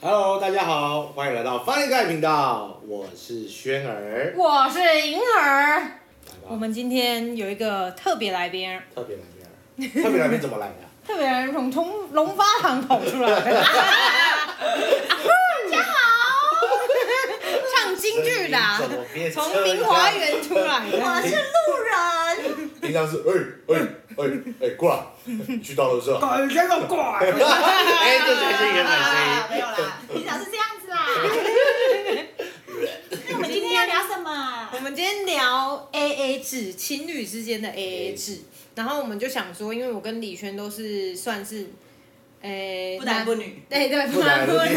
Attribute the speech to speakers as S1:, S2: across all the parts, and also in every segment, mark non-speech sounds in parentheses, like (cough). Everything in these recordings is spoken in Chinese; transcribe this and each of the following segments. S1: Hello，大家好，欢迎来到翻译盖频道，我是轩儿，
S2: 我是银儿。
S1: 来
S2: 我
S1: 吧，
S2: 们今天有一个特别来宾，
S1: 特别来宾啊儿，特别来宾怎么来的？
S2: 特别来宾从从龙发堂跑出来的。大家好，唱 (laughs) 京剧
S1: (laughs)
S2: 的啊
S1: 声音怎么，变这样
S2: 从明华园出来的。
S1: 是
S3: 路人，
S1: 平常是哎哎
S2: (laughs)
S1: 哎哎过来， (laughs) 去到的时候，
S2: 搞这个鬼！
S1: 哎，这才是原
S3: 啊，
S1: 版声
S3: 没
S1: 音。
S3: 有啦，平常是这样
S1: (laughs)
S3: 子啦。那我们今天要聊什么
S2: 我？们今天聊 A A 制，情侣之间的 A A 制。然后我们就想说，因为我跟李轩都是算是，诶、
S3: 不男不女
S2: 对对，不
S1: 不
S2: 男
S1: 然
S2: 不
S1: 呢
S2: 女。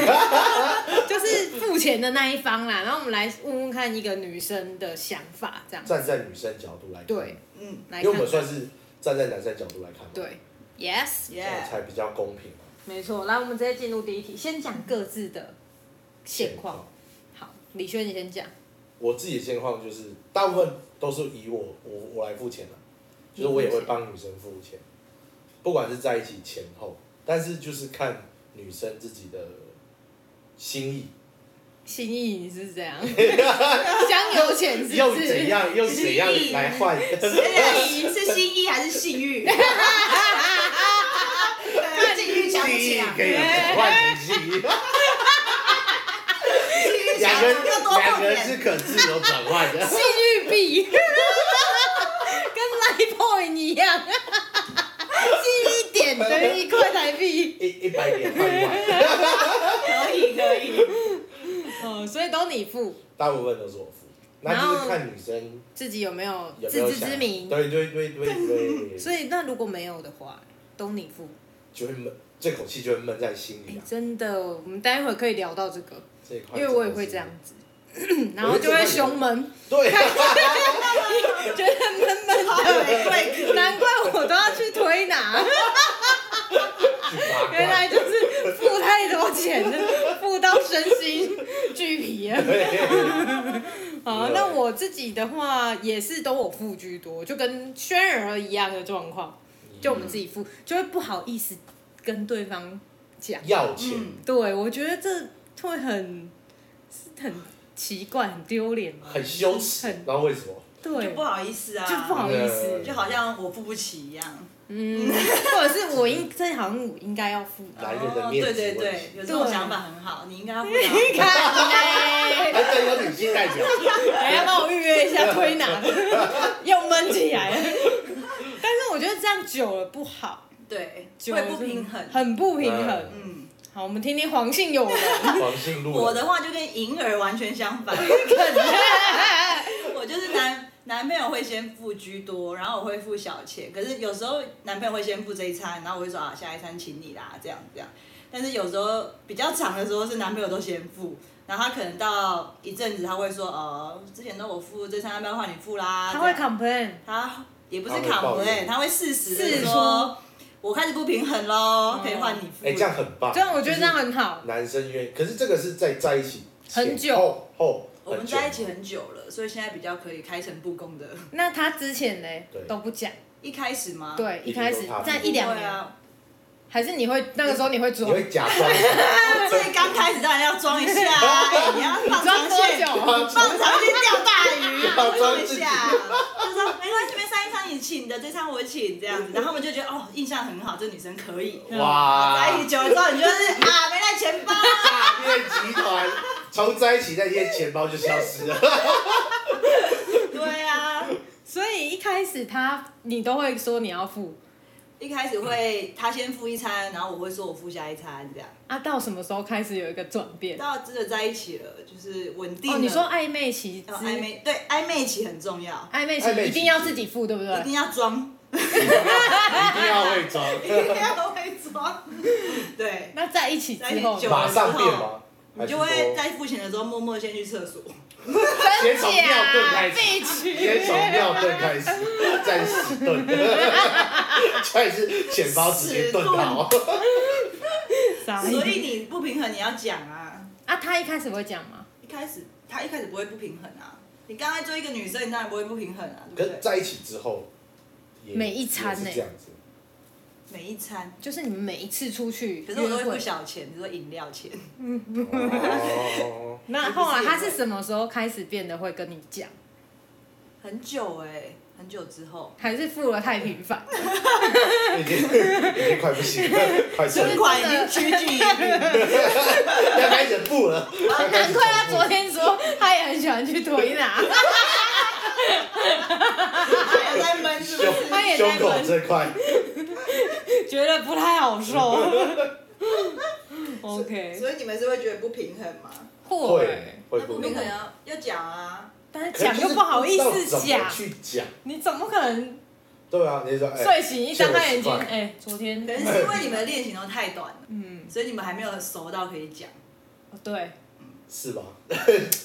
S2: (laughs) 就是付钱的那一方啦。然后我们来问问看一个女生的想法，这样
S1: 站在女生角度来看，
S2: 对，
S3: 嗯
S2: 来
S1: 因为我
S2: 看
S1: 们算是站在男生角度来看嘛，
S2: 对，yes，
S1: 这样
S3: 耶，
S1: 才比较公平嘛。
S2: 没错。来，我们直接进入第一题，先讲各自的现况。好，李轩你先讲，
S1: 我自己的现况就是，大部分都是以我我我来付钱的、啊就是我也会帮女生付钱，不管是在一起前后，但是就是看女生自己的心意，
S2: 心意你是怎样？香油钱是
S1: 又
S2: 不是？
S1: 怎样又怎样来
S2: (laughs)
S1: 换，
S3: 哎是是心意还是
S1: (laughs)
S3: 性欲？性欲强不
S1: 心意
S3: 强
S1: 可？以换成心意，
S3: 性欲强
S1: 两个人
S3: 要多
S1: 两
S3: 碰
S1: 个人是
S3: 点。
S1: 可自由转换
S2: (laughs)
S1: 的。
S2: 信誉比，跟 Line Point 一样，记一点等于一块台币。
S1: 一一百点换一万，
S3: 可以可以，
S2: 哦，所以都你付，
S1: 大部分都是我付，那就是看女生
S2: 自己有没有
S1: 有没
S2: 自
S1: 有
S2: 知
S1: 想
S2: 之明。
S1: 对对对对对，
S2: 所以那如果没有的话，都你付。
S1: 就会闷，这口气就会闷在心
S2: 哎、
S1: 里啊。
S2: 真的，我们待会可以聊到这个，
S1: 这一块
S2: 因为我也会这样子，然后就会胸闷，
S1: 真
S3: (laughs)
S1: 的是。对，
S2: 觉得闷闷
S3: 玫瑰
S2: 的，难怪我都要去推拿。
S1: 去八卦
S2: 原来就是付太多钱了，付到身心俱疲啊了。
S1: 对，
S2: 好，啊那我自己的话也是都我付居多，就跟轩儿一样的状况，就我们自己付，就会不好意思跟对方讲。
S1: 要钱，
S3: 嗯
S2: 对，我觉得这会很是很奇怪、很丢脸吗？
S1: 很羞耻，
S2: 很
S1: 然后为什么？
S2: 对，
S3: 就不好意思啊，
S2: 就不好意思
S1: 对，
S3: 就好像我付不起一样。
S2: 嗯，或者是我应这好像我应该要付的，
S1: 男人的
S3: 哦，
S1: 面
S3: 对
S1: 子
S3: 对
S1: 问
S3: 对，
S1: 题
S3: 有这种
S2: 对
S3: 想法很好，你应该啊要付到。
S2: 你看，
S1: 还真哎有女性代表，
S2: 还要哎帮我预约一下推拿， (laughs) 又闷起来了。但是我觉得这样久了不好，
S3: 对，
S2: 久了
S3: 会不平衡。
S2: 很不平衡。
S1: 嗯
S3: 嗯，
S2: 好，我们听听黄信
S3: (laughs)
S2: 友的，
S1: 黄信路人，啊
S3: 我的话就跟银儿完全相
S1: (laughs)
S3: 反。 (laughs)
S2: (laughs)
S3: 我就是男男朋友会先付居多，然后我会付小钱。可是有时候男朋友会先付这一餐，然后我会说啊下一餐请你啦，这样这样。但是有时候比较长的时候是男朋友都先付，然后他可能到一阵子他会说哦，之前都我付，这餐要不要换你付啦？
S2: 他会
S3: 这样
S2: complain，
S3: 他也不是
S1: 他会抱
S3: complain，
S1: 怨
S3: 他会适时
S2: 适
S3: 的
S2: 说哦
S3: 说，我开始不平衡喽，可以换你付。
S1: 哎，这样很棒，
S2: 这样我觉得这样很好
S1: 就。是男生愿意，可是这个是在在一起前
S2: 很久
S1: 后后，
S3: 我们
S1: 很久
S3: 在一起很久了，所以现在比较可以开诚布公的。
S2: 那他之前呢
S1: 对
S2: 都不讲，
S3: 一开始吗？
S2: 对，
S1: 一
S2: 一
S1: 定
S2: 开始
S1: 都怕
S2: 在
S1: 不
S2: 一两
S3: 啊对
S2: 年，
S3: 啊，
S2: 还是你会那个时候你会
S1: 你
S2: 装，
S1: 会
S3: (laughs)
S1: 假装，
S3: 最刚开始当然要装一下啊，
S1: (laughs)
S3: 哎你要放
S2: 装
S3: 长
S2: 多
S3: 线，
S2: 久？
S3: 放长线钓大
S1: (laughs)
S3: 鱼啊，
S1: 装
S3: 装一
S1: 自己
S3: 下，就说没关系，没上一餐你请的，这餐我请这样
S1: (laughs)
S3: 子，然后我们就觉得哦，印象很好，这女生可以。
S1: 哇，
S3: 在一起久了之后，你就是啊，没带钱包 (laughs) 啊，
S1: 诈骗集团从在一起那天钱包就消失了，
S3: (laughs) 对啊，
S2: 所以一开始他你都会说你要付
S3: 一开始会他先付一餐，然后我会说我付下一餐这样，
S2: 啊，到什么时候开始有一个转变？
S3: 到真的在一起了，就是稳定了。
S2: 哦，你说暧昧期之
S3: 然后暧昧对暧昧期很重要，
S2: 暧昧
S1: 暧昧
S2: 期
S1: 期
S2: 一定要自己付，对不
S3: 一
S2: 对？
S3: 定要装， (laughs)
S1: 一定要会装，
S3: 一定要会装，对。
S2: 那在一起之后
S3: 在一起
S2: 呢，
S3: 久
S1: 马上变吗？
S3: 你就
S1: 还是说
S3: 会在付钱的时候默默先去厕所，
S1: 先从尿遁开始，
S2: 必须
S1: 先从尿遁开始，再屎遁，再是钱包直接遁逃。啊
S2: 傻眼
S3: 所以你不平衡你要讲啊。
S2: 啊，他一开始会讲吗？
S3: 一开始他一开始不会不平衡啊，你刚才追一个女生，你当然不会不平衡啊，
S1: 可
S3: 对
S1: 是
S3: 不对？
S1: 在一起之后，也
S2: 每一餐呢
S1: 也是这样子，
S3: 每一餐，
S2: 就是你们每一次出去
S3: 可是我
S2: 约
S3: 都会付
S2: 会，
S3: 小钱，比如说饮料钱。
S1: 哦，
S2: 那
S3: 也不
S2: 后来
S3: 是
S2: 他
S3: 约会
S2: 是什么时候开始变得会跟你讲，
S3: 很久哎、很久之后，
S2: 还是付了太频繁？
S1: 哦已经已经快不行了，快受不了，
S2: 真的
S3: 存款已经趋近于
S1: (laughs)
S3: 零。
S1: 要开始付了，要开
S2: (laughs) 难
S1: 始
S2: 怪他
S1: 重复
S2: 昨天说他也很喜欢去推拿，
S3: 他有在闷是不是？
S2: 他也
S1: 胸
S2: 在
S1: 口
S2: 问，
S1: 这块，
S2: 觉得不太好
S1: (laughs)
S2: 受。OK，
S3: 所以你们是会觉得不平衡吗？
S1: 会会
S3: 那
S1: 不
S3: 不
S1: 明
S3: 平衡
S1: 白。
S3: 要要讲啊，
S2: 哎但是
S1: 可能就
S2: 讲
S1: 是
S2: 又不好意
S1: 知道
S2: 思
S1: 怎么
S2: 讲，
S1: 去讲，
S2: 你怎么可能
S1: 对啊，你就说哎，
S2: 睡醒一张开眼
S1: 借
S2: 睛，
S1: 我十块
S2: 哎，昨天
S3: (laughs) 可能是因为你们的恋情都太短了，
S2: 嗯，哦
S3: 所以你们还没有熟到可以讲。
S2: 对，
S1: 是吧？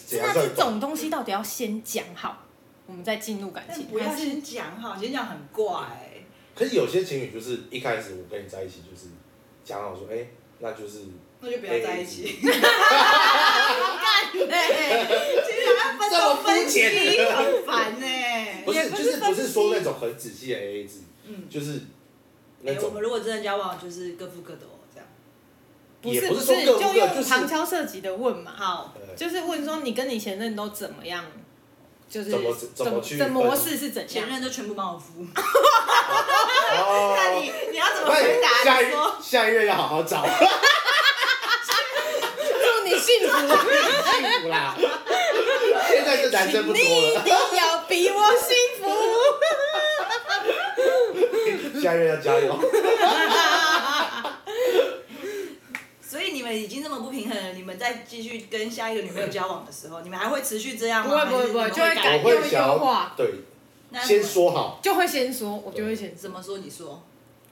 S1: 怎样
S2: 那这
S1: 算懂？
S2: 种东西到底要先讲好，我们再进入感
S3: 但
S2: 情，
S3: 不要
S2: 还是
S3: 先讲哈，先讲很怪、欸。
S1: 可是有些情侣就是一开始我跟你在一起就是讲好说，哎，那就是
S3: 那就不要在一起。
S2: 对，
S3: 其实还要分
S1: 这么
S3: 手
S1: 肤
S3: 分
S1: 浅
S3: 析，很烦呢、
S1: 不
S2: 也
S1: 是
S2: 不
S1: 就是是
S2: 分
S1: 不是说那种很仔细的 AA 制，
S3: 嗯，
S1: 就是那
S3: 哎、我
S1: 种
S3: 们如果真的交往，就是各付各的哦，这样。
S2: 不
S1: 也
S2: 是
S1: 不
S2: 不
S1: 是
S2: 是，
S1: 说各
S2: 就
S1: 付各就
S2: 用
S1: 是
S2: 旁敲侧击的问嘛，
S3: 好，
S2: (laughs)
S1: 呃
S2: 就是问说你跟你前任都怎么样，就是
S1: 怎么怎么去
S2: 的
S1: 分
S2: 模式是怎
S3: 前
S2: 样？
S3: 任就全部帮我敷。
S1: 哦
S3: 那 (laughs) 你你要怎么回
S1: 那
S3: 答？
S1: 下
S3: 你说。
S1: 一下一任要好好找， (laughs)
S2: 祝你幸福，
S1: 幸福啦！现在这男生不
S2: 你
S1: 多
S2: 一
S1: 了，
S2: 定要比我
S1: (laughs)
S2: 幸福。
S1: 下一任要加油。
S3: 所以你们已经这么不平衡了，你们再继续跟下一个女朋友交往的时候，你们还会持续这样吗？
S2: 不会不会不会
S3: 还是你们
S2: 就会改
S1: 我会想
S2: 优化
S1: 要对，
S3: 那
S1: 先说好，
S2: 就会先说，我就会先
S3: 怎
S2: 说，
S3: 么说？你说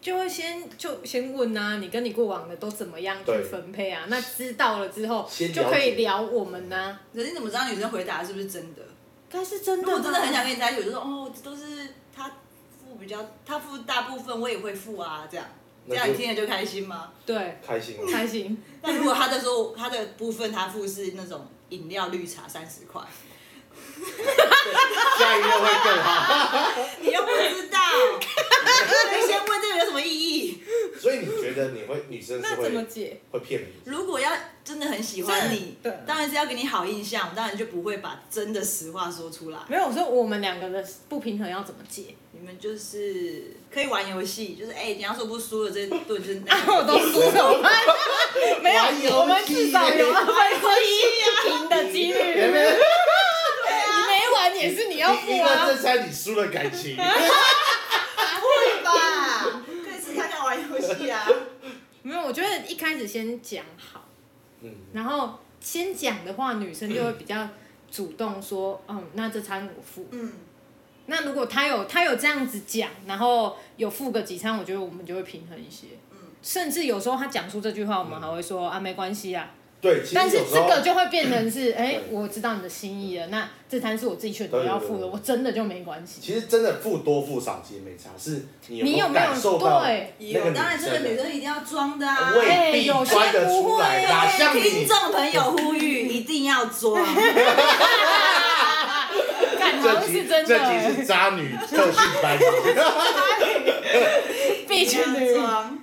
S2: 就会先就先问啊，你跟你过往的都怎么样去
S1: 对
S2: 分配啊？那知道了之后
S1: 先了解
S2: 就可以聊我们呐、啊，
S3: 可是你怎么知道女生回答是不是真的？
S2: 但是真
S3: 如
S2: 的
S3: 果真的
S2: 吧
S3: 很想跟你在一起，我就说哦，都是他付比较，他付大部分，我也会付啊，这样，这
S1: 那
S3: 样
S1: 就
S3: 你听了就开心吗？
S2: 对
S1: 开心了。(laughs)
S2: 开心，
S3: 那如果他的说他的部分他付是那种饮料绿茶三十块，
S1: 下一任会更好。
S3: 你又不知道，所以先问这个有什么意义？
S1: 所以你觉得你会女生是
S2: 那怎么
S1: 会
S2: 解？
S1: 会骗你？
S3: 如果要真的很喜欢你，
S2: 对
S3: 当然是要给你好印象，当然就不会把真的实话说出来。
S2: 没有，我说我们两个的不平衡要怎么解？
S3: 你们就是可以玩游戏，就是哎，你要说不输了这顿就是那
S2: 啊，我都输了，我们没
S1: 玩游戏
S2: 有，我们至少有二分之一赢的几率。
S1: 你们
S2: 你没玩也是你要
S1: 你
S2: 付
S1: 因为
S2: 啊
S1: 这，餐你输了感情，
S3: 会吧？可以试看看玩游戏啊。
S2: 没有，我觉得一开始先讲好。
S1: 嗯，
S2: 然后先讲的话，女生就会比较主动说，嗯，那这餐我付。
S3: 嗯，
S2: 那如果她有她有这样子讲，然后有付个几餐，我觉得我们就会平衡一些。
S3: 嗯
S2: 甚至有时候她讲出这句话，我们还会说、啊，没关系啊。
S1: 对，其实
S2: 但是
S1: 有时
S2: 这
S1: 候
S2: 个就会变成
S1: (laughs)
S2: 是，哎、
S1: 对
S2: 我知道你的心意了，那这餐是我自己选择
S1: 对对
S2: 要付
S1: 对
S2: 的，
S1: 对
S2: 我真的就没
S1: (laughs)
S2: 关系。
S1: 其实真的付多付少其实没差，是你有
S2: 你有没有
S1: 感受到
S2: 对
S1: 那个
S3: 有，当然这个
S1: 的
S3: 女生一定要装的啊。
S1: 未必
S2: 哎
S1: 穿得
S2: 有些不
S1: 出
S2: 会
S1: 来吧？像
S3: 听
S1: 你
S3: 众朋友呼吁，一定要装。
S2: 感
S1: 这
S2: 好像
S1: 集
S2: 是真的、
S1: 这集是渣女特训班。
S2: (laughs) 必须
S3: 一定要装。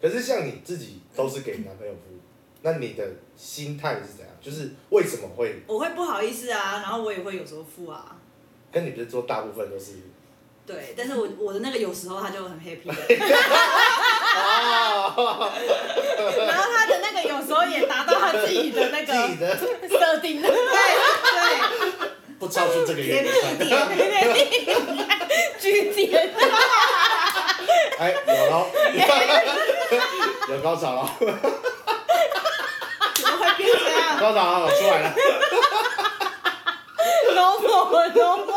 S1: 可是像你自己都是给男朋友服务，那你的心态是怎样？就是为什么会
S3: 我会不好意思啊，然后我也会有时候付啊。
S1: 跟你不是说大部分都是
S3: 对，但是我我的那个有时候他就很 happy 的，
S2: 然后她的那个有时候也达到她自己的那
S1: 自己
S2: 个
S1: 的
S2: (laughs) 设定了。
S3: 对
S1: 不超出这个
S3: 对，
S1: 原
S3: 甜蜜
S1: 则？
S3: 点。
S2: 据点，
S1: 哎，有
S2: (laughs)
S1: 喽，有高潮了，
S3: 怎么会变这样？
S1: 高潮了，出来了。
S2: 浓抹浓抹，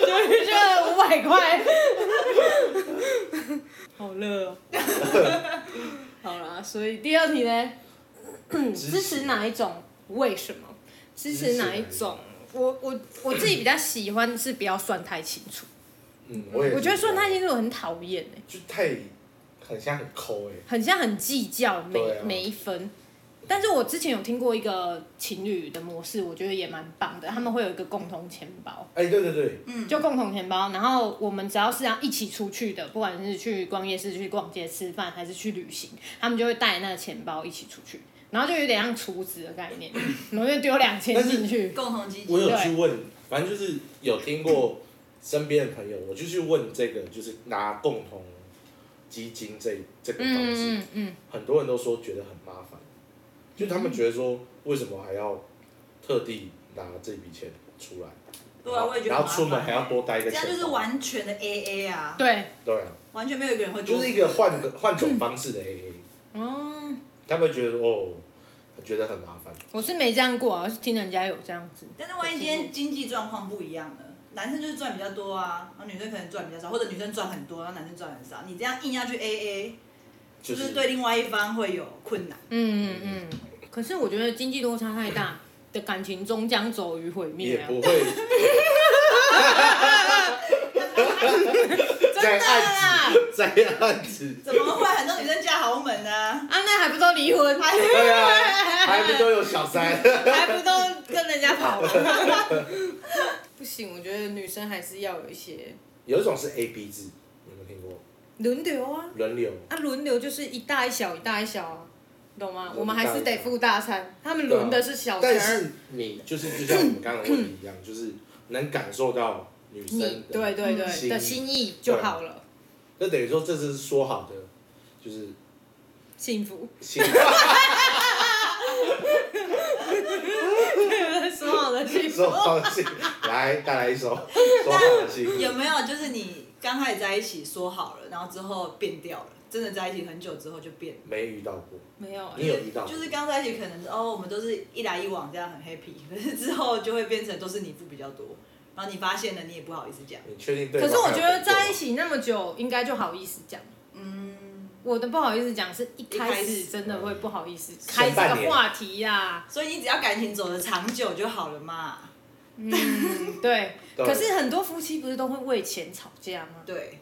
S2: 就是这五百块， (laughs) 好热哦。 (laughs) 好啦，所以第二题呢，嗯支持哪一种？为什么？支持哪一
S1: 支持哪
S2: 种？我我我自己比较喜欢是不要算太清楚，
S1: 嗯，我也
S2: 我觉得算
S1: 他
S2: 太清楚很讨厌哎，
S1: 就太很像很抠哎、
S2: 很像很计较每、
S1: 对啊
S2: 每一分，但是我之前有听过一个情侣的模式，我觉得也蛮棒的，他们会有一个共同钱包。
S1: 哎，对对对，
S3: 嗯，
S2: 就共同钱包，然后我们只要是要一起出去的，不管是去逛夜市、去逛街、吃饭，还是去旅行，他们就会带那个钱包一起出去，然后就有点像储值的概
S1: (laughs)
S2: 念，然后就丢两千
S1: 但是
S2: 进去。
S3: 共同基金。
S1: 我有去问，反正就是有听过身边的朋友，我就去问这个，就是拿共同基金这这个方式，
S2: 嗯嗯嗯，
S1: 很多人都说觉得很麻烦，就他们觉得说为什么还要特地拿这笔钱出来，
S3: 对啊，我也觉得
S1: 然
S3: 很麻
S1: 后出门
S3: 烦
S1: 还要多带一个
S3: 这
S1: 钱
S3: 样
S1: 包，
S3: 就是完全的 A A 啊，
S2: 对，
S1: 对啊，
S3: 完全没有一个人会多
S1: 就是一个换个换种方式的 AA，
S2: 哦，
S1: 他们觉得哦，觉得很麻烦，
S2: 我是没这样过啊，是听人家有这样子。
S3: 但是万一今天经济状况不一样呢？男生就是赚比较多啊，然后女生可能赚比较少，或者女生赚很多，然后男生赚很少。你这样硬要去 A A，
S1: 就
S3: 就是
S1: 是
S3: 对另外一方会有困难。
S2: 嗯嗯嗯，可是我觉得经济落差太大的感情终将走于毁灭
S1: 也
S2: 啊。
S1: 不会
S2: (laughs) 真的啊啦，
S1: 再样子。
S3: 怎么会很多女生嫁豪门呢、
S1: (laughs)
S3: 啊？
S2: 啊，那还不都离婚，还
S1: 对啊，还不都有小三？ (laughs)
S2: 还不都跟人家跑？不行，我觉得女生还是要有一些
S1: 有一种是 A B 制，你有没有听过？
S2: 轮流啊，
S1: 轮流，
S2: 啊，轮流就是一大一小，一大一小啊，懂吗？
S1: 轮
S2: 我们还是得付大餐，他们轮的是小
S1: 啊
S2: 钱
S1: 但
S2: 儿，
S1: 是你就是就像我们刚刚的问题一样，就是能感受到女生
S2: 你
S1: 的，
S2: 对对对
S1: 心
S2: 的心意就好了，
S1: 那等于说这是说好的，就是
S2: 幸福。
S1: 心，
S2: 说好的幸福
S1: 说，好的心，来带来一首说好的
S2: (laughs)
S1: 心，
S3: 有没有就是你刚开始在一起说好了，然后之后变掉了，真的在一起很久之后就变了？
S1: 没遇到过，
S2: 没有啊
S1: 你有遇到过？
S3: 就是刚在一起可能是哦，我们都是一来一往这样很 happy，可 (laughs) 是之后就会变成都是你付比较多，然后你发现了你也不好意思讲。
S1: 你确定对？
S2: 可是我觉得在一，起那么久，应该就好意思讲。
S3: 嗯，
S2: 我的不好意思讲是一
S3: 一
S2: 开
S3: 开
S2: 始
S3: 始
S2: 真的会不好意思开
S1: 前
S2: 这
S1: 半
S2: 个
S1: 年
S2: 话题呀、
S3: 所以你只要感情走得长久就好了嘛。
S1: (laughs)
S2: 嗯，对。
S1: 对
S2: 可是很多夫妻不是都会为钱吵架吗？
S3: 对，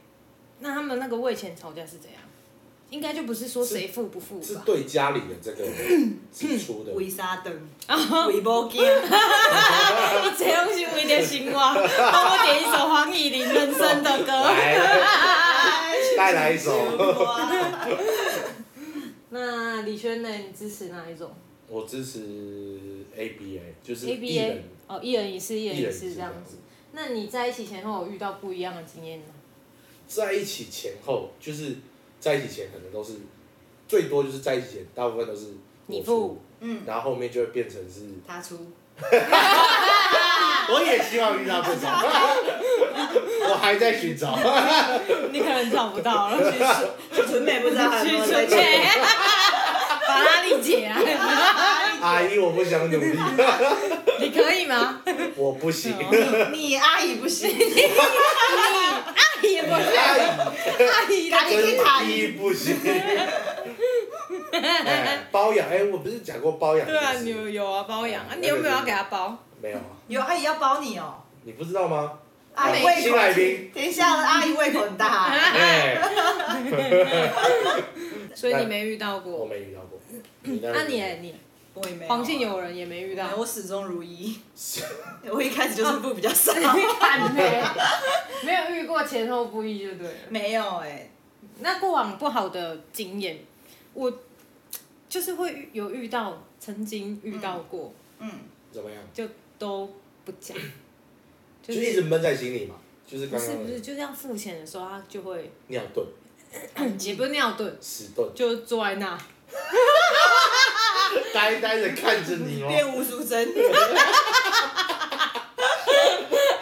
S2: 那他们那个为钱吵架是怎样？应该就不是说谁付不付
S1: 是
S2: 吧？嗯
S1: 对家里的这
S2: (coughs)
S1: 个支出的，
S3: 为啥 (laughs) 灯？为无惊？
S2: 你 (laughs) 这样是为了生
S1: (laughs)
S2: 活，帮我点一首黄以玲人生的歌。
S1: 来带来一
S2: 嗯
S1: 首。
S3: 哇
S2: 那李轩呢？你支持哪一种
S1: 我支持 ABA，就是
S2: ？A
S1: 艺
S2: B A
S1: 人，
S2: 哦，一人一室，一人
S1: 一人
S2: 一
S1: 一室
S2: 室这样
S1: 这样
S2: 子
S1: 子。
S2: 那你在一起前后有遇到不一样的经验吗？ (laughs)
S1: 在一起前后，就是在一起前可能都是最多就是在一起前，大部分都是
S2: 你
S1: 我
S2: 付嗯
S1: 付，
S3: 嗯，
S1: 然后后面就会变成是，
S3: 他出，
S1: 我也希望遇到这
S2: (laughs)
S1: 种， (laughs) 我还在寻找，
S2: 你可能找不到了。
S3: 纯美不知道还有
S2: 去
S3: 没有
S2: 出
S3: 在
S2: 去， (laughs) 法拉利姐啊，
S1: 阿姨我不想努
S2: (laughs)
S1: 力，
S2: 你可以吗？
S1: 我不行，
S2: 哦
S3: 你阿姨不行，
S2: 阿姨不是
S1: 阿姨
S2: 阿姨啦，
S1: 真的不行，哎包养，哎，我不是讲过包养这
S2: (laughs) 对
S1: 个
S2: 啊，
S1: 事，
S2: 你有有啊，包养啊，你有没有要给他包？
S1: 没有啊，
S3: 有阿姨要包你哦。
S1: 你不知道吗？
S3: 阿姨
S1: 新来宾
S3: 胃口，等一下，阿姨胃口很大。
S1: 哎，
S2: 所以你没遇到
S1: 我
S2: 过。
S1: 没遇到过，你那
S2: 那啊你你
S3: 我也没有
S2: 黄信友人也没遇到
S3: 没有，，我始终
S1: (laughs)
S3: 如一。我一开始就是付比较少。
S2: 看 (laughs) 没， (laughs) 没有遇过前后不一就对了。
S3: 没有哎，
S2: 那过往不好的经验，我就是会遇有遇到，曾经遇到过，
S3: 嗯，
S1: 怎么样？
S2: 就都不
S1: (coughs)
S2: 讲，
S1: 就一直闷在心里嘛，就是
S2: 不
S1: 刚
S2: 是
S1: 刚
S2: 不
S1: 的
S2: 是，就这样付钱的时候，他就会
S1: 尿遁、嗯
S2: 也不是尿遁，
S1: 屎遁，
S2: 就坐在那， (laughs) 啊
S1: 呆呆的看着你
S3: (laughs)
S1: 哦。
S3: 变吴淑珍，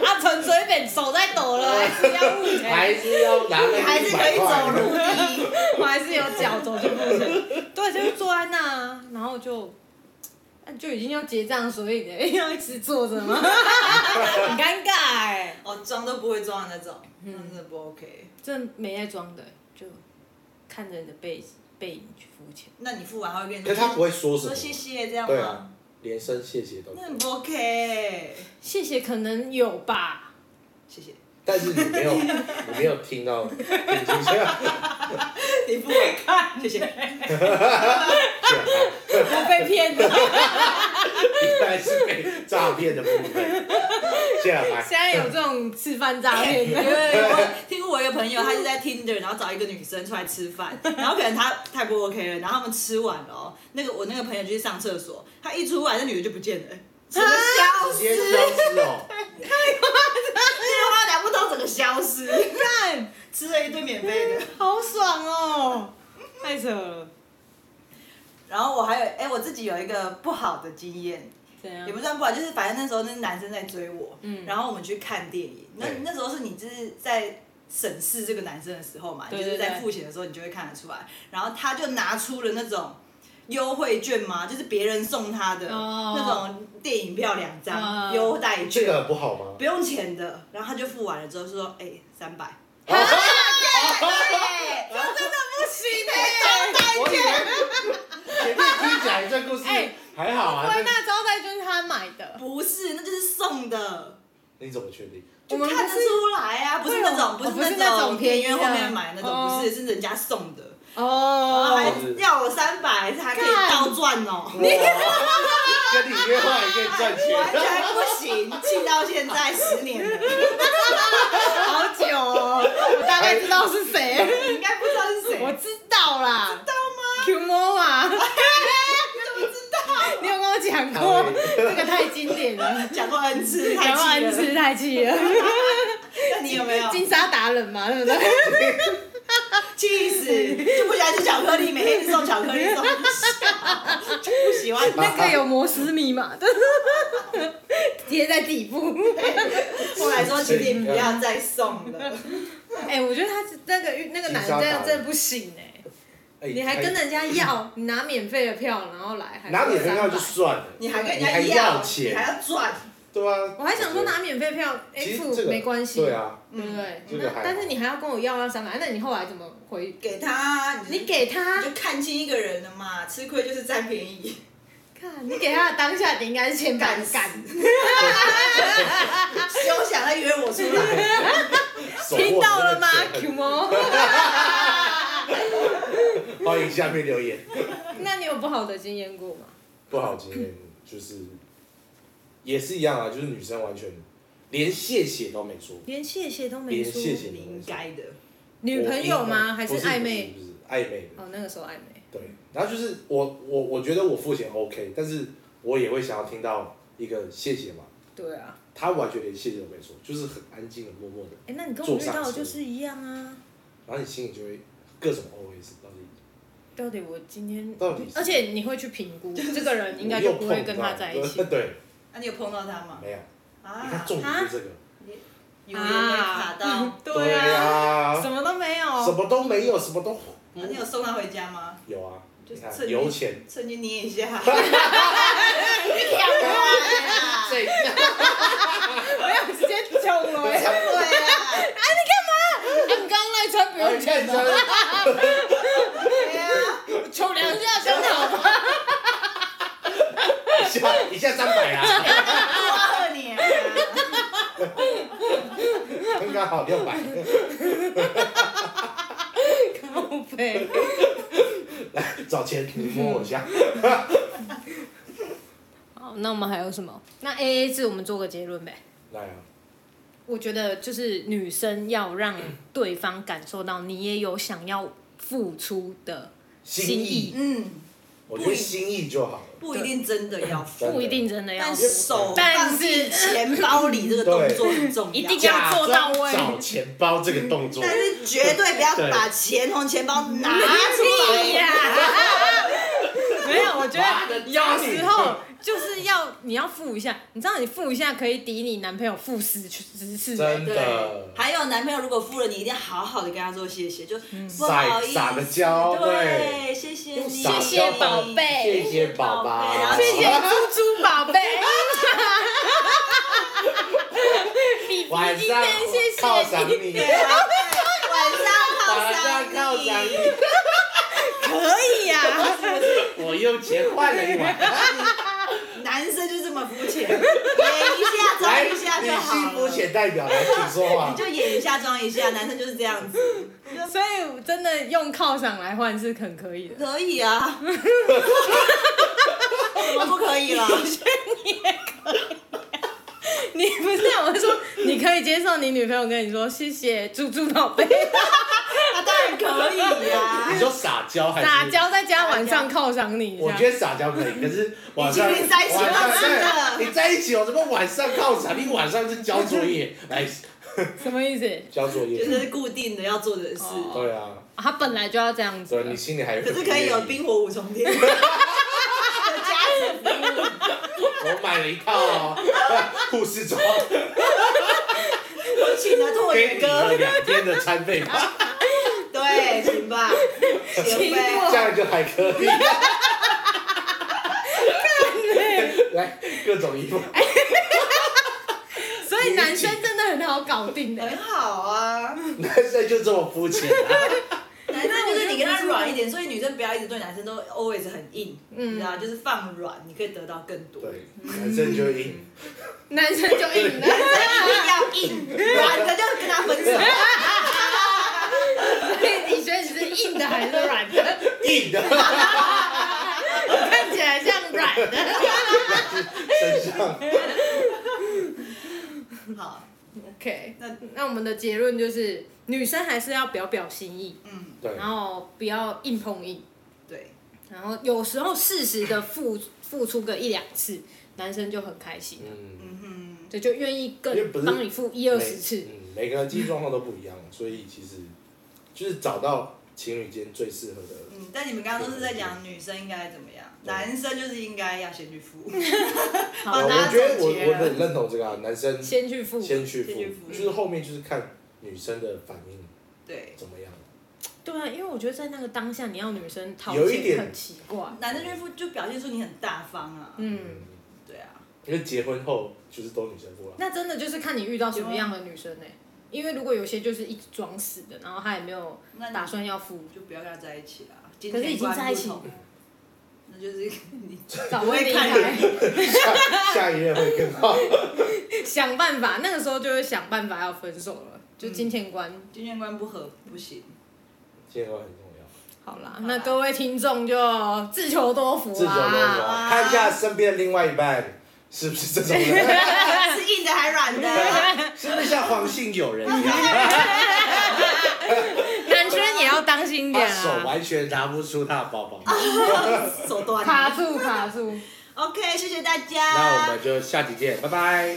S2: 啊，陈水扁手在抖了， (laughs) 还是要付
S1: 还
S2: 钱，
S1: 是要拿那
S3: 还
S1: 个一
S3: 是可
S1: 百
S3: 以走
S1: 块，
S3: 陆地。
S2: 我还是有脚走就付钱，对，就是坐在那啊，然后就。啊就已经要结账，所以哎 (laughs) 要一直坐着吗？ (laughs) 很尴尬哎、
S3: 哦，装都不会装的那种，那真的不 OK。
S2: 真的没在装的，就看着你的背背影去付钱。
S3: 那你付完还会跟你
S1: 可哎他不会说什
S3: 说谢
S1: 么，
S3: 谢这样
S1: 对
S3: 吗
S1: 啊？连声谢谢都
S3: 那很不 OK。
S2: 谢谢，可能有吧，
S1: (laughs)
S3: 谢谢。
S1: 但是你没有，你没有听到点进去啊， (laughs)
S3: 你不会看，谢谢。
S2: 我被骗
S1: (laughs)
S2: 了，
S1: 你还是被诈骗的部分。下
S2: 现
S1: 来，
S2: 在有这种吃饭诈骗
S3: 因为
S2: 的，
S3: 我听过我一个朋友，他是在 Tinder，然后找一个女生出来吃
S1: (laughs)
S3: 饭，然后可能他太不 OK 了，然后他们吃完了、哦，那个我那个朋友就去上厕所，他一出来，那女的就不见了、
S1: (laughs)
S3: 整个消
S1: 直
S3: 失，
S1: 接消失哦，
S3: 电话打不通，整个消失，
S2: 干，
S3: 吃了一顿免费的。
S2: 好爽哦，太扯了，
S3: 然后我还有，哎、我自己有一个不好的经验，
S2: 怎样
S3: 也不算不好，就是反正那时候那是男生在追我，
S2: 嗯
S3: 然后我们去看电影，那
S1: 对
S3: 那时候是你就是在审视这个男生的时候嘛，
S2: 对
S3: 就是在
S2: 对对
S3: 付钱的时候你就会看得出来，然后他就拿出了那种。优惠券嘛，就是别人送他的、
S2: 哦
S3: 那种电影票两张
S2: 嗯
S3: 优待券，
S1: 这个不好吗？
S3: 不用钱的。然后他就付完了之后说：“哎、三百。
S1: (laughs)
S2: 哎，这真的不行哎、
S1: 我以为前面听起来这故事
S2: 哎
S1: 还好啊，
S2: 欸，
S1: 但
S2: 那招待就是他买”的，
S3: 不是，那就是送的。
S1: 你怎么确
S2: (laughs)
S1: 定？
S2: 我
S3: 就
S2: 们不
S3: 看得
S2: 是
S3: 出来啊，不是那种，
S2: 哦
S3: 不是
S2: 不是
S3: 那
S2: 那
S3: 种
S2: 种
S3: 店
S2: 便宜
S3: 员
S2: 的
S3: 后面买那种，
S2: 哦
S3: 不是，是人家送的，然后还
S2: 哦，
S3: 要我三百，还可以
S2: 干
S3: 倒赚哦，
S1: (laughs) 哇跟你约会也可以赚
S3: 完
S1: 钱，
S3: 全不行，气到现在十
S2: (laughs)
S3: 年了，
S2: 好久哦，我大概知道是谁，
S3: 你应该不知道是谁，
S2: 我知道啦
S3: 知道吗？
S2: ，Q Mo 啊，
S3: 你怎么知道？
S2: 你有跟我讲
S1: 好
S2: 过，这个太经典了，
S3: 讲过 N 次，太
S2: 台
S3: 气
S2: 湾
S3: 了，
S2: 吃太气了，
S3: 那你有没有？
S2: 金沙达人嘛，对不对？ (laughs)
S3: 气死，就不喜欢吃巧克力，每天一直送巧克力送，就不喜欢。
S2: 那个有摩斯密码，但是 (laughs) 贴在底部。
S3: 后来说，请你不
S1: 嗯
S3: 要再送了，
S2: 哎、我觉得他是那个那个男
S1: 金沙
S2: 的
S1: 达人
S2: 真的不行哎、
S1: 哎
S2: (laughs) 你还跟人家要，你拿免费的票然后来，还
S1: 拿你
S2: 的
S1: 的票就算了，
S3: 你还跟人
S1: 你
S3: 家
S1: 还要
S3: 你还
S1: 钱，
S3: 要赚。
S1: 对啊。
S2: 我还想说拿免费票，哎、
S1: 其
S2: 付
S1: 实这个
S2: 没关系，
S1: 对啊，
S2: 对不对？
S1: 这个还
S2: 那
S1: 好
S2: 但是你还要跟我要那三百，那你后来怎么回？
S3: 给他，
S2: 你
S3: 你
S2: 给他
S3: 你就看清一个人了嘛，吃亏就是占便宜。
S2: 看，你给他的当下，你应该是先
S3: 敢
S2: 敢敢，啊
S3: 休想再约我出来，
S1: 手握
S2: 听到了吗
S1: 这个
S2: ，Q
S1: 钱
S2: mo？
S1: 欢迎下面留言。
S2: 那你有不好的经验过吗？
S1: 不好经验就是也是一样啊，就是女生完全连谢谢都没说，
S2: 连谢谢都没
S1: 连
S2: 说，
S1: 谢谢都
S3: 你
S1: 没
S3: 应
S1: 说。
S3: 该的。
S2: 女朋友吗？
S1: 我
S2: 还
S1: 应该
S2: 暧昧？
S1: 不是不是不是暧昧的，
S2: 哦，那个时候暧昧。
S1: 对。然后就是我我我觉得我付钱 OK，但是我也会想要听到一个谢谢嘛。
S2: 对啊，
S1: 他完全连谢谢都没说，就是很安静的、默默的，
S2: 哎、那你跟我遇到
S1: 坐
S2: 的
S1: 上车
S2: 就是一样啊。
S1: 然后你心里就会各种 OS 到底
S2: 到底我今天，
S1: 到底是
S2: 而且你会去评估这个人，应该就不会跟他在一起
S1: 又碰到 (laughs) 对，
S3: 那、啊你有碰到他吗？
S1: 没有。你看
S3: 啊，
S1: 重点是这个，
S3: 有没有卡到？啊
S2: 嗯对
S1: (laughs) 对啊
S2: 什么都没有，
S1: 什么都没有，什么都
S3: 那、你有送他回家吗？
S1: 有啊，
S3: 就
S1: 你
S3: 是
S1: 看
S3: 趁
S1: 油钱
S3: 趁机捏
S2: (laughs)
S3: 一下。哎
S1: 这一样
S2: 没有哎直接冲
S1: (laughs)
S2: 了、
S1: 哎
S3: 哎
S2: 欸。
S3: 对啊，
S2: 哎你刚刚那一串不用钱
S1: 认真。
S3: 对啊，
S2: 冲两下真好吧？
S1: 一下一下三百啊，
S3: 多二年、啊。
S1: 刚刚好六百。
S2: 靠
S1: 哎
S2: 背，
S1: 来找钱，你摸我一下。
S2: (laughs) 好，那我们还有什么？那 A A 制，我们做个结论呗。
S1: 来啊，
S2: 我觉得就是女生要让对方感受到你也有想要付出的
S1: 心
S2: 意，
S3: 嗯，
S1: 我觉得心意就好了。
S3: 不一定真的要付，
S1: 真的
S2: 不一定真的要
S3: 但
S2: 付，
S3: 手
S2: 但
S3: 放
S2: 是
S3: 进钱包里这个动作很重要。
S2: 一定要
S1: 假
S2: 做到
S1: 装
S2: 位
S1: 找钱包这个动作，
S3: 但是绝对不要把钱从钱包拿出来。
S2: 屁呀！ (laughs) 没有，我觉得有时候就是要你要付一下，你知道你付一下可以抵你男朋友付十十次。
S1: 真
S3: 对
S1: 的，
S3: 还有男朋友如果付了，你一定要好好的跟他说谢谢，就不好
S1: 撒
S3: 意思，
S1: 撒个娇，对，
S3: 对，谢谢你，
S1: 撒娇
S2: 谢谢宝贝
S1: 谢谢宝宝，
S3: 然后
S2: 谢谢猪猪宝贝，
S1: 晚上
S2: 谢谢
S1: 犒赏你， (laughs)
S3: 对啊晚
S1: 晚
S3: 上
S1: 上
S3: 犒赏
S1: 犒赏
S3: 你，
S1: 你，
S2: 可以呀、
S1: (laughs) 我用钱换了一碗。
S3: 男男生就这么肤浅，演一下装
S1: 来，
S3: 一下就
S1: 女
S3: 好
S1: 性肤
S3: 了。
S1: 浅代表来，请说话
S3: 你。就演一下装一下，男生就是这样
S1: (laughs)
S3: 子，
S2: 所以真的用犒赏来换是很可以的。
S3: 可以啊。怎么不可以了？
S2: 你不是我是说你可以接受你女朋友跟你说谢谢猪猪宝贝，
S3: 他当然可以啊呀、
S1: 你说撒娇还是？
S2: 撒娇在家晚上犒赏你一下。
S1: 我觉得撒娇可以，可
S3: (laughs)
S1: 是晚上
S3: 你今天在一起
S1: 晚上
S3: 吗真的
S1: 对你在一起有什么晚上靠啥？你晚上是交作业，
S3: (laughs)
S1: 来
S2: 什么意思？
S1: 交作
S3: 就
S1: 业。
S3: 是固定的要做的事，
S2: 哦
S1: 对啊，
S2: 啊他本来就要这样子
S1: 对，
S2: 了
S1: 你。心里还
S3: 可是可以有
S1: 冰。
S3: 冰火五重天。加
S1: 我买了一套哦，
S3: (laughs)
S1: 护士装，
S3: 我请了拓
S1: 给
S3: 野
S1: 你了
S3: 哥，
S1: 两天的餐
S3: (laughs)
S1: 费吧，
S3: 对，请吧，
S2: 请
S3: 请
S1: 这
S2: 吧
S3: 呗。
S1: 样就还可以。 (laughs) 来，各种衣服，
S3: 哎
S2: 所以男生真的很好搞定的。
S3: 很好啊，
S1: 男生就这么肤浅啊？
S3: 男生就是你跟他软一点，所以女生不要一直对男生都 always 很硬，
S2: 嗯
S3: 你知道，就是放软，你可以得到更多。
S1: 对，男生就硬，
S3: (laughs)
S2: 男生就硬了，
S3: 一定要硬，软的就跟他分手。
S2: 所以你觉得你是硬的还是软的？ (laughs)
S1: 硬的，
S2: 看起来像软的。
S1: 身上
S3: 好，
S2: OK，那
S3: 那
S2: 那我们的结论就是，女生还是要表表心意，
S3: 嗯，
S1: 对，
S2: 然后不要硬碰硬，
S3: 对，
S2: 然后有时候适时的付付出个一两次，男生就很开心了，
S1: 嗯，
S3: 嗯哼，
S2: 对，就愿意
S1: 因为
S2: 更
S1: 不是
S2: 帮你付一二十次
S1: 每。嗯，每个人经济状况都不一样，所以其实就是找到情侣间最适合的。
S3: 嗯，但你们刚刚都是在讲女生应该怎么样，
S1: 对
S3: 男生就是应该要先去付，
S2: 好
S3: 把
S1: 我
S3: 大家
S1: 觉得我
S3: 总结
S1: 我
S3: 了
S1: 很认同这个啊，男生
S2: 先去付，
S1: 先去
S3: 先去付
S1: 付，就是后面就是看女生的反应
S3: 对，
S1: 怎么样。
S2: 对啊，因为我觉得在那个当下，你要女生掏
S1: 有一
S2: 钱
S1: 点
S2: 很奇怪。
S3: 男生去付就表现出你很大方啊，
S2: 嗯，
S3: 对啊，
S1: 因为结婚后就是都女生付了， (laughs)
S2: 那真的就是看你遇到什么样的女生呢、因为如果有些就是一直装死的，然后她也没有
S3: 那你
S2: 打算要
S1: (laughs)
S2: 付，
S3: 就不要跟他在一起啦。
S2: 可是已经在一起
S3: 金钱观不同，那就是
S2: (laughs)
S3: 你
S2: 早会离
S3: 不
S2: 开
S3: 会看，
S1: 下下一任会更好。
S2: (laughs) 想办法。那个时候就会想办法要分手了，就金钱观。
S3: 金钱观不合不
S2: (laughs)
S3: 行。
S1: 结婚很重要，
S2: 好啦，
S3: 好啦
S2: 那各位听众就自求多福
S1: 嗯自求多福
S2: 啦。
S1: 啊，看一下身边的另外一半是不是这种
S3: (laughs)
S1: 人，
S3: 是硬的还软
S2: (laughs)
S3: 的？
S1: 是不是像黄姓友人一
S3: (laughs)
S1: 样，
S2: (laughs) 男生也要当心
S1: 他
S2: 点
S1: 手
S2: 啊，
S1: 完全拿不出他的包
S3: (laughs)
S1: 包。
S3: 手段。
S2: 卡住卡住。
S3: OK，谢谢大家。
S1: 那我们就下集见，拜拜。